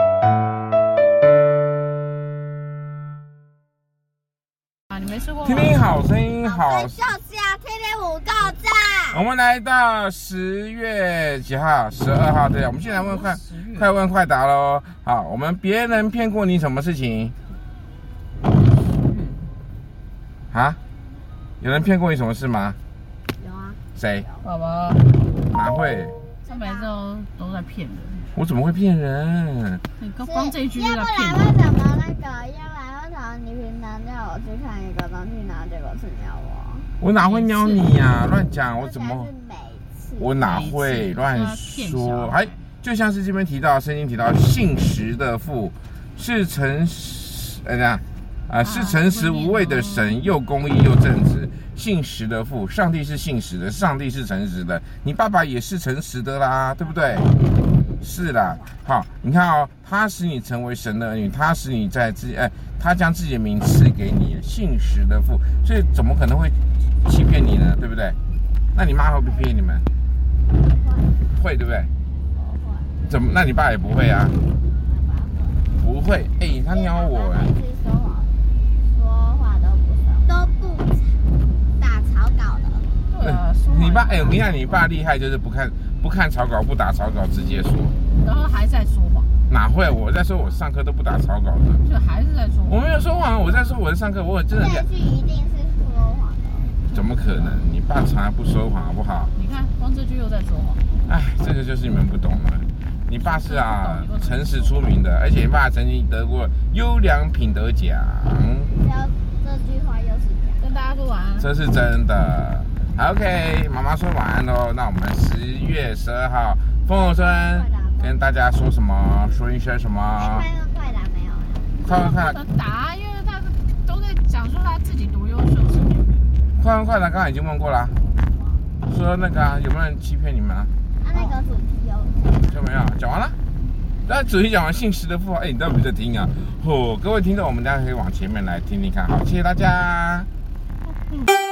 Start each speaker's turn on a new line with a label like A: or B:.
A: 啊
B: 声音好
C: 我们就是要啊天天五告赞。
B: 我们来到十月几号？十二号对啊。我们现在问快
C: 嗯
B: 快问快答喽。好，我们别人骗过你什么事情？
C: 嗯
B: 啊？有人骗过你什么事吗？
C: 有啊，
B: 谁？
A: 宝宝，
B: 哪会？
A: 他每次都都在骗人，
B: 我怎么会骗人？
A: 你光光这一句就
C: 要
A: 在
C: 不然
A: 骗
C: 为
A: 人。
C: 什么那个？要不然为什么你平常叫我去看一个东西，然后结果是鸟我？
B: 我哪会撩你呀、乱讲！我怎么
C: 而且还是？每次？
B: 我哪会乱说？哎
A: 还
B: 还就像是这边提到，圣经提到信实的父是诚实，呃，这样啊，是诚实无畏的神，又公义又正直。信实的父，上帝是信实的，上帝是诚实的，你爸爸也是诚实的啦，对不对？是啦，好，你看哦，他使你成为神的儿女，他使你在自己，哎，他将自己的名赐给你，信实的父，所以怎么可能会欺骗你呢？对不对？那你妈会不会骗你们？会，对不对？怎么？那你爸也不会啊？不会，哎、他
C: 因为
A: 啊
B: 撩我、
C: 爸爸
B: 哎
C: 每次说谎，说话都不熟，都不打草稿的。
A: 对啊，说
B: 你爸，
A: 谎
B: 哎、我跟你讲，你爸厉害，就是不看不看草稿，不打草稿，直接说。
A: 然后还在说谎，
B: 哪会？我在说我上课都不打草稿的，
A: 就还是在说
B: 我
A: 谎。
B: 没有说谎，我在说我在上课，我真的
A: 啊
C: 这句一定是说谎的。
B: 怎么可能？你爸从来不说谎，好不好？
A: 你看，光这句又在说谎。
B: 哎，这个就是你们不懂了。你爸是啊，诚实出名的，而且你爸曾经得过优良品德奖，
C: 然后这句话又是假的。
A: 跟大家说晚安。
B: 这是真的。好 OK，妈妈说晚安喽。那我们十月十二号，风红村跟大家说什么？说一些什
C: 哎，
B: 么？
C: 快问快答没有啊？
B: 快问快答，
A: 能答，因为他都在讲说他自己多优秀什么。
B: 快问快答，刚刚已经问过了，说那个啊有没有人欺骗你们啊？
C: 啊，那个主题有。
B: 有没有？讲完了。那主题讲完信实的富豪，哎，你到底有没有在听啊？哦，各位听众，我们大家可以往前面来听听看。好，谢谢大家。
C: 嗯